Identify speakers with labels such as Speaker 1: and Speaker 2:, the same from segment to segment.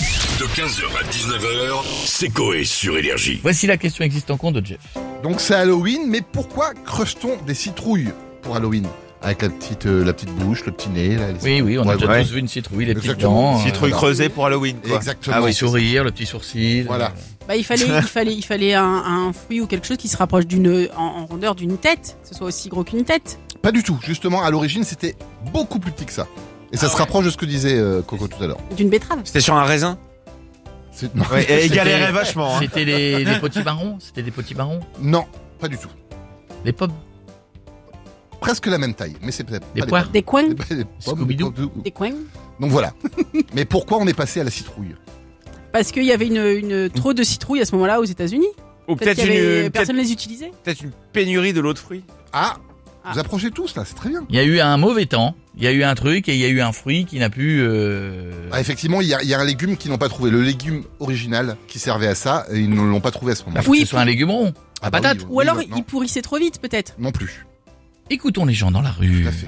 Speaker 1: De 15h à 19h, c'est Coé sur Énergie.
Speaker 2: Voici la question existe en compte de Jeff.
Speaker 3: Donc c'est Halloween, mais pourquoi creuse-t-on des citrouilles pour Halloween Avec la petite, euh, la petite bouche, le petit nez. là, les-
Speaker 2: Oui, oui, on a
Speaker 3: Ouais,
Speaker 2: déjà
Speaker 3: ouais.
Speaker 2: tous vu une citrouille, les petites dents. euh,
Speaker 3: Exactement. Citrouille.
Speaker 4: Citrouille
Speaker 3: Voilà.
Speaker 4: creusée pour Halloween, quoi.
Speaker 3: Exactement.
Speaker 2: Ah oui, sourire, le petit sourcil.
Speaker 3: Voilà.
Speaker 5: Bah, il fallait, il fallait, il fallait un, un fruit ou quelque chose qui se rapproche d'une, en, en rondeur d'une tête, que ce soit aussi gros qu'une tête.
Speaker 3: Pas du tout. Justement, à l'origine, c'était beaucoup plus petit que ça. Et
Speaker 2: Ah
Speaker 3: ça se rapproche de ce que disait euh, Coco tout à l'heure.
Speaker 5: D'une betterave.
Speaker 4: C'était sur un raisin
Speaker 3: C'est- Non,
Speaker 4: ouais, Et il
Speaker 2: C'était-
Speaker 4: galérait vachement. hein.
Speaker 2: C'était les, les petits marrons, c'était des petits marrons,
Speaker 3: non, pas du tout.
Speaker 2: les pommes,
Speaker 3: Presque la même taille, mais c'est peut-être.
Speaker 2: les
Speaker 3: pas Ah, des
Speaker 2: poires.
Speaker 5: Des coins.
Speaker 3: pommes. Des- des pommes, des
Speaker 2: Scooby-Doo.
Speaker 3: pommes de-
Speaker 5: Des coins.
Speaker 3: Donc voilà. mais pourquoi on est passé à la citrouille
Speaker 5: Parce qu'il y avait une, une trop de citrouilles à ce moment-là aux États-Unis.
Speaker 4: Ou
Speaker 5: Peut-être
Speaker 4: peut-être
Speaker 5: qu'il y avait-
Speaker 4: une, peut-être-
Speaker 5: personne les utilisait.
Speaker 4: peut-être une pénurie de l'autre fruit.
Speaker 3: Ah,
Speaker 5: Ah.
Speaker 3: vous approchez tous là, c'est très bien.
Speaker 2: Il y a eu un mauvais temps, il y a eu un truc et il y a eu un fruit qui n'a pu. euh,
Speaker 3: Ah, effectivement, il y, a- il y a un légume qu'ils n'ont pas trouvé. Le légume original qui servait à ça, et ils ne l'ont pas trouvé à ce moment-là.
Speaker 2: bah, faut
Speaker 5: Oui,
Speaker 2: que ce soit un légume rond.
Speaker 3: Ah,
Speaker 2: la
Speaker 3: bah oui,
Speaker 2: patate.
Speaker 3: oui,
Speaker 5: Ou alors
Speaker 3: oui, non,
Speaker 5: ils pourrissaient trop vite, peut-être.
Speaker 3: non plus.
Speaker 2: Écoutons les gens dans la rue.
Speaker 3: Tout à fait.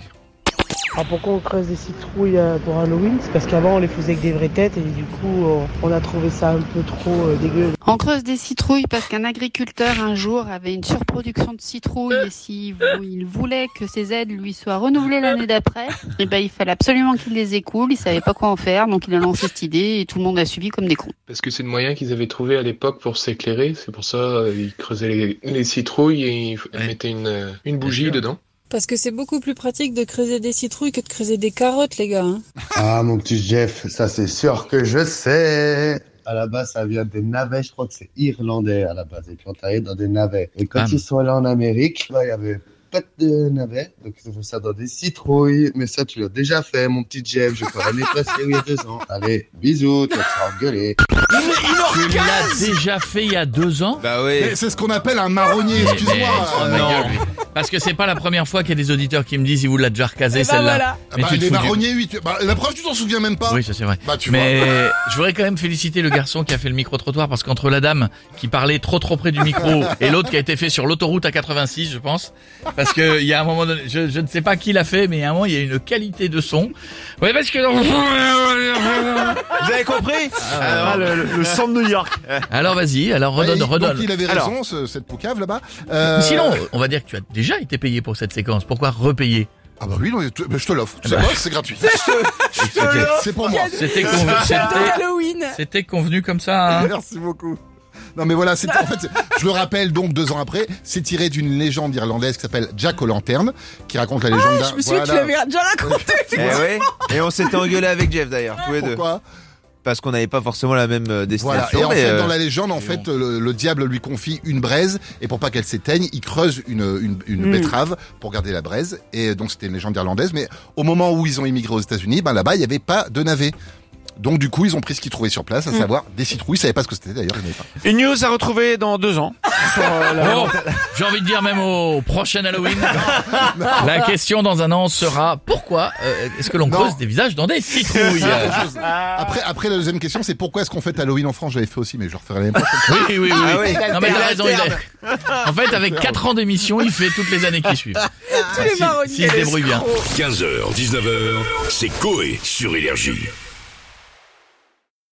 Speaker 6: Alors Ah, pourquoi on creuse des citrouilles euh, pour Halloween C'est parce qu'avant on les faisait avec des vraies têtes et du coup euh, on a trouvé ça un peu trop euh, dégueu.
Speaker 7: On creuse des citrouilles parce qu'un agriculteur un jour avait une surproduction de citrouilles et s'il vou- il voulait que ces aides lui soient renouvelées l'année d'après, eh ben il fallait absolument qu'il les écoule, il savait pas quoi en faire, donc il a lancé cette idée et tout le monde a suivi comme des cons.
Speaker 8: Parce que c'est le moyen qu'ils avaient trouvé à l'époque pour s'éclairer. C'est pour ça euh, ils creusaient les, les citrouilles et ils f-
Speaker 2: Ouais.
Speaker 8: mettaient une, euh, une bougie
Speaker 2: sûr.
Speaker 8: dedans.
Speaker 9: Parce que c'est beaucoup plus pratique de creuser des citrouilles que de creuser des carottes, les gars. hein.
Speaker 10: Ah, mon petit Jeff, ça c'est sûr que je sais. À la base, ça vient des navets, je crois que c'est irlandais à la base. Et puis on t'arrive dans des navets. Et quand
Speaker 2: Ah.
Speaker 10: ils sont allés en Amérique, là, il y avait pas de navets. Donc ils ont fait ça dans des citrouilles. Mais ça, tu l'as déjà fait, mon petit Jeff. Je crois l'année passée ou il y a deux ans. Allez, bisous, tu vas te faire engueuler.
Speaker 2: Tu l'as déjà fait il y a deux ans
Speaker 4: Bah
Speaker 3: Mais
Speaker 4: oui.
Speaker 3: c'est ce qu'on appelle un marronnier,
Speaker 2: Mais-
Speaker 3: excuse-moi.
Speaker 2: mais- oh,
Speaker 3: Euh,
Speaker 2: ma
Speaker 4: non.
Speaker 2: gueule, lui. Parce que c'est pas la première fois qu'il y a des auditeurs qui me disent il vous l'a déjà recasé
Speaker 5: Eh ben
Speaker 2: celle-là.
Speaker 5: voilà.
Speaker 2: Mais
Speaker 3: bah,
Speaker 2: tu te
Speaker 3: les
Speaker 2: fous du-
Speaker 3: marronniers, oui. tu- bah, la preuve, tu t'en souviens même pas.
Speaker 2: Oui, ça c'est vrai.
Speaker 3: Bah, tu vois.
Speaker 2: Mais je voudrais quand même féliciter le garçon qui a fait le micro-trottoir parce qu'entre la dame qui parlait trop trop près du micro et l'autre qui a été fait sur l'autoroute à 86, je pense. Parce que il y a un moment donné, je, je ne sais pas qui l'a fait, mais à un moment, il y a une qualité de son. Ouais, parce que.
Speaker 4: Vous avez compris Ah, le, le- le son de New York.
Speaker 2: Alors vas-y, alors redonne,
Speaker 3: Ouais, il-
Speaker 2: redonne.
Speaker 3: Donc il avait
Speaker 4: Alors.
Speaker 3: raison, ce- cette poucave là-bas. Euh,
Speaker 2: Sinon, on va dire que tu as déjà été payé pour cette séquence. Pourquoi repayer
Speaker 3: Ah bah oui, non, tu- bah, je te l'offre. Tu sais
Speaker 2: Bah.
Speaker 3: quoi, c'est gratuit. C'est pour moi.
Speaker 2: C'était convenu,
Speaker 5: J'adore
Speaker 2: c'était,
Speaker 5: Halloween.
Speaker 2: c'était convenu comme ça. hein.
Speaker 3: Merci beaucoup. Non mais voilà, c'est en fait, c'est- je le rappelle donc deux ans après, c'est tiré d'une légende irlandaise qui s'appelle Jack O'Lantern, qui raconte la légende. d'un-
Speaker 5: Je me souviens que tu
Speaker 3: voilà.
Speaker 5: l'avais déjà raconté.
Speaker 4: Eh ouais. Et on s'était engueulé avec Jeff d'ailleurs, tous les deux.
Speaker 3: Pourquoi
Speaker 4: Parce qu'on n'avait pas forcément la même euh,
Speaker 3: Voilà.
Speaker 4: destination.
Speaker 3: Et en
Speaker 4: mais,
Speaker 3: fait,
Speaker 4: euh,
Speaker 3: dans la légende, en fait, le, le diable lui confie une braise et pour pas qu'elle s'éteigne, il creuse une, une, une
Speaker 5: Mm.
Speaker 3: betterave pour garder la braise. Et donc c'était une légende irlandaise. Mais au moment où ils ont immigré aux États-Unis, ben là-bas il n'y avait pas de navet. Donc du coup ils ont pris ce qu'ils trouvaient sur place, à savoir des citrouilles. Ils savaient pas ce que c'était d'ailleurs. ils n'avaient pas.
Speaker 4: Une news à retrouver dans deux ans. Sur, euh, la-
Speaker 2: Bon, j'ai envie de dire même au prochain Halloween. La question dans un an sera pourquoi euh, est-ce que l'on
Speaker 3: Non.
Speaker 2: creuse des visages dans des citrouilles
Speaker 3: Autre chose. Après, après la deuxième question, c'est pourquoi est-ce qu'on fait Halloween en France J'avais fait aussi, mais je le referai l'année prochaine.
Speaker 2: Oui, oui, oui.
Speaker 4: Ah
Speaker 2: oui.
Speaker 4: oui.
Speaker 2: Non mais t'as raison. il
Speaker 4: Alterne.
Speaker 2: est- En fait, avec 4 ans d'émission, il fait toutes les années qui suivent.
Speaker 5: les
Speaker 2: S'il-
Speaker 5: marronniers,
Speaker 2: S'il se débrouille bien.
Speaker 1: 15h, 19h, c'est Coé sur Énergie.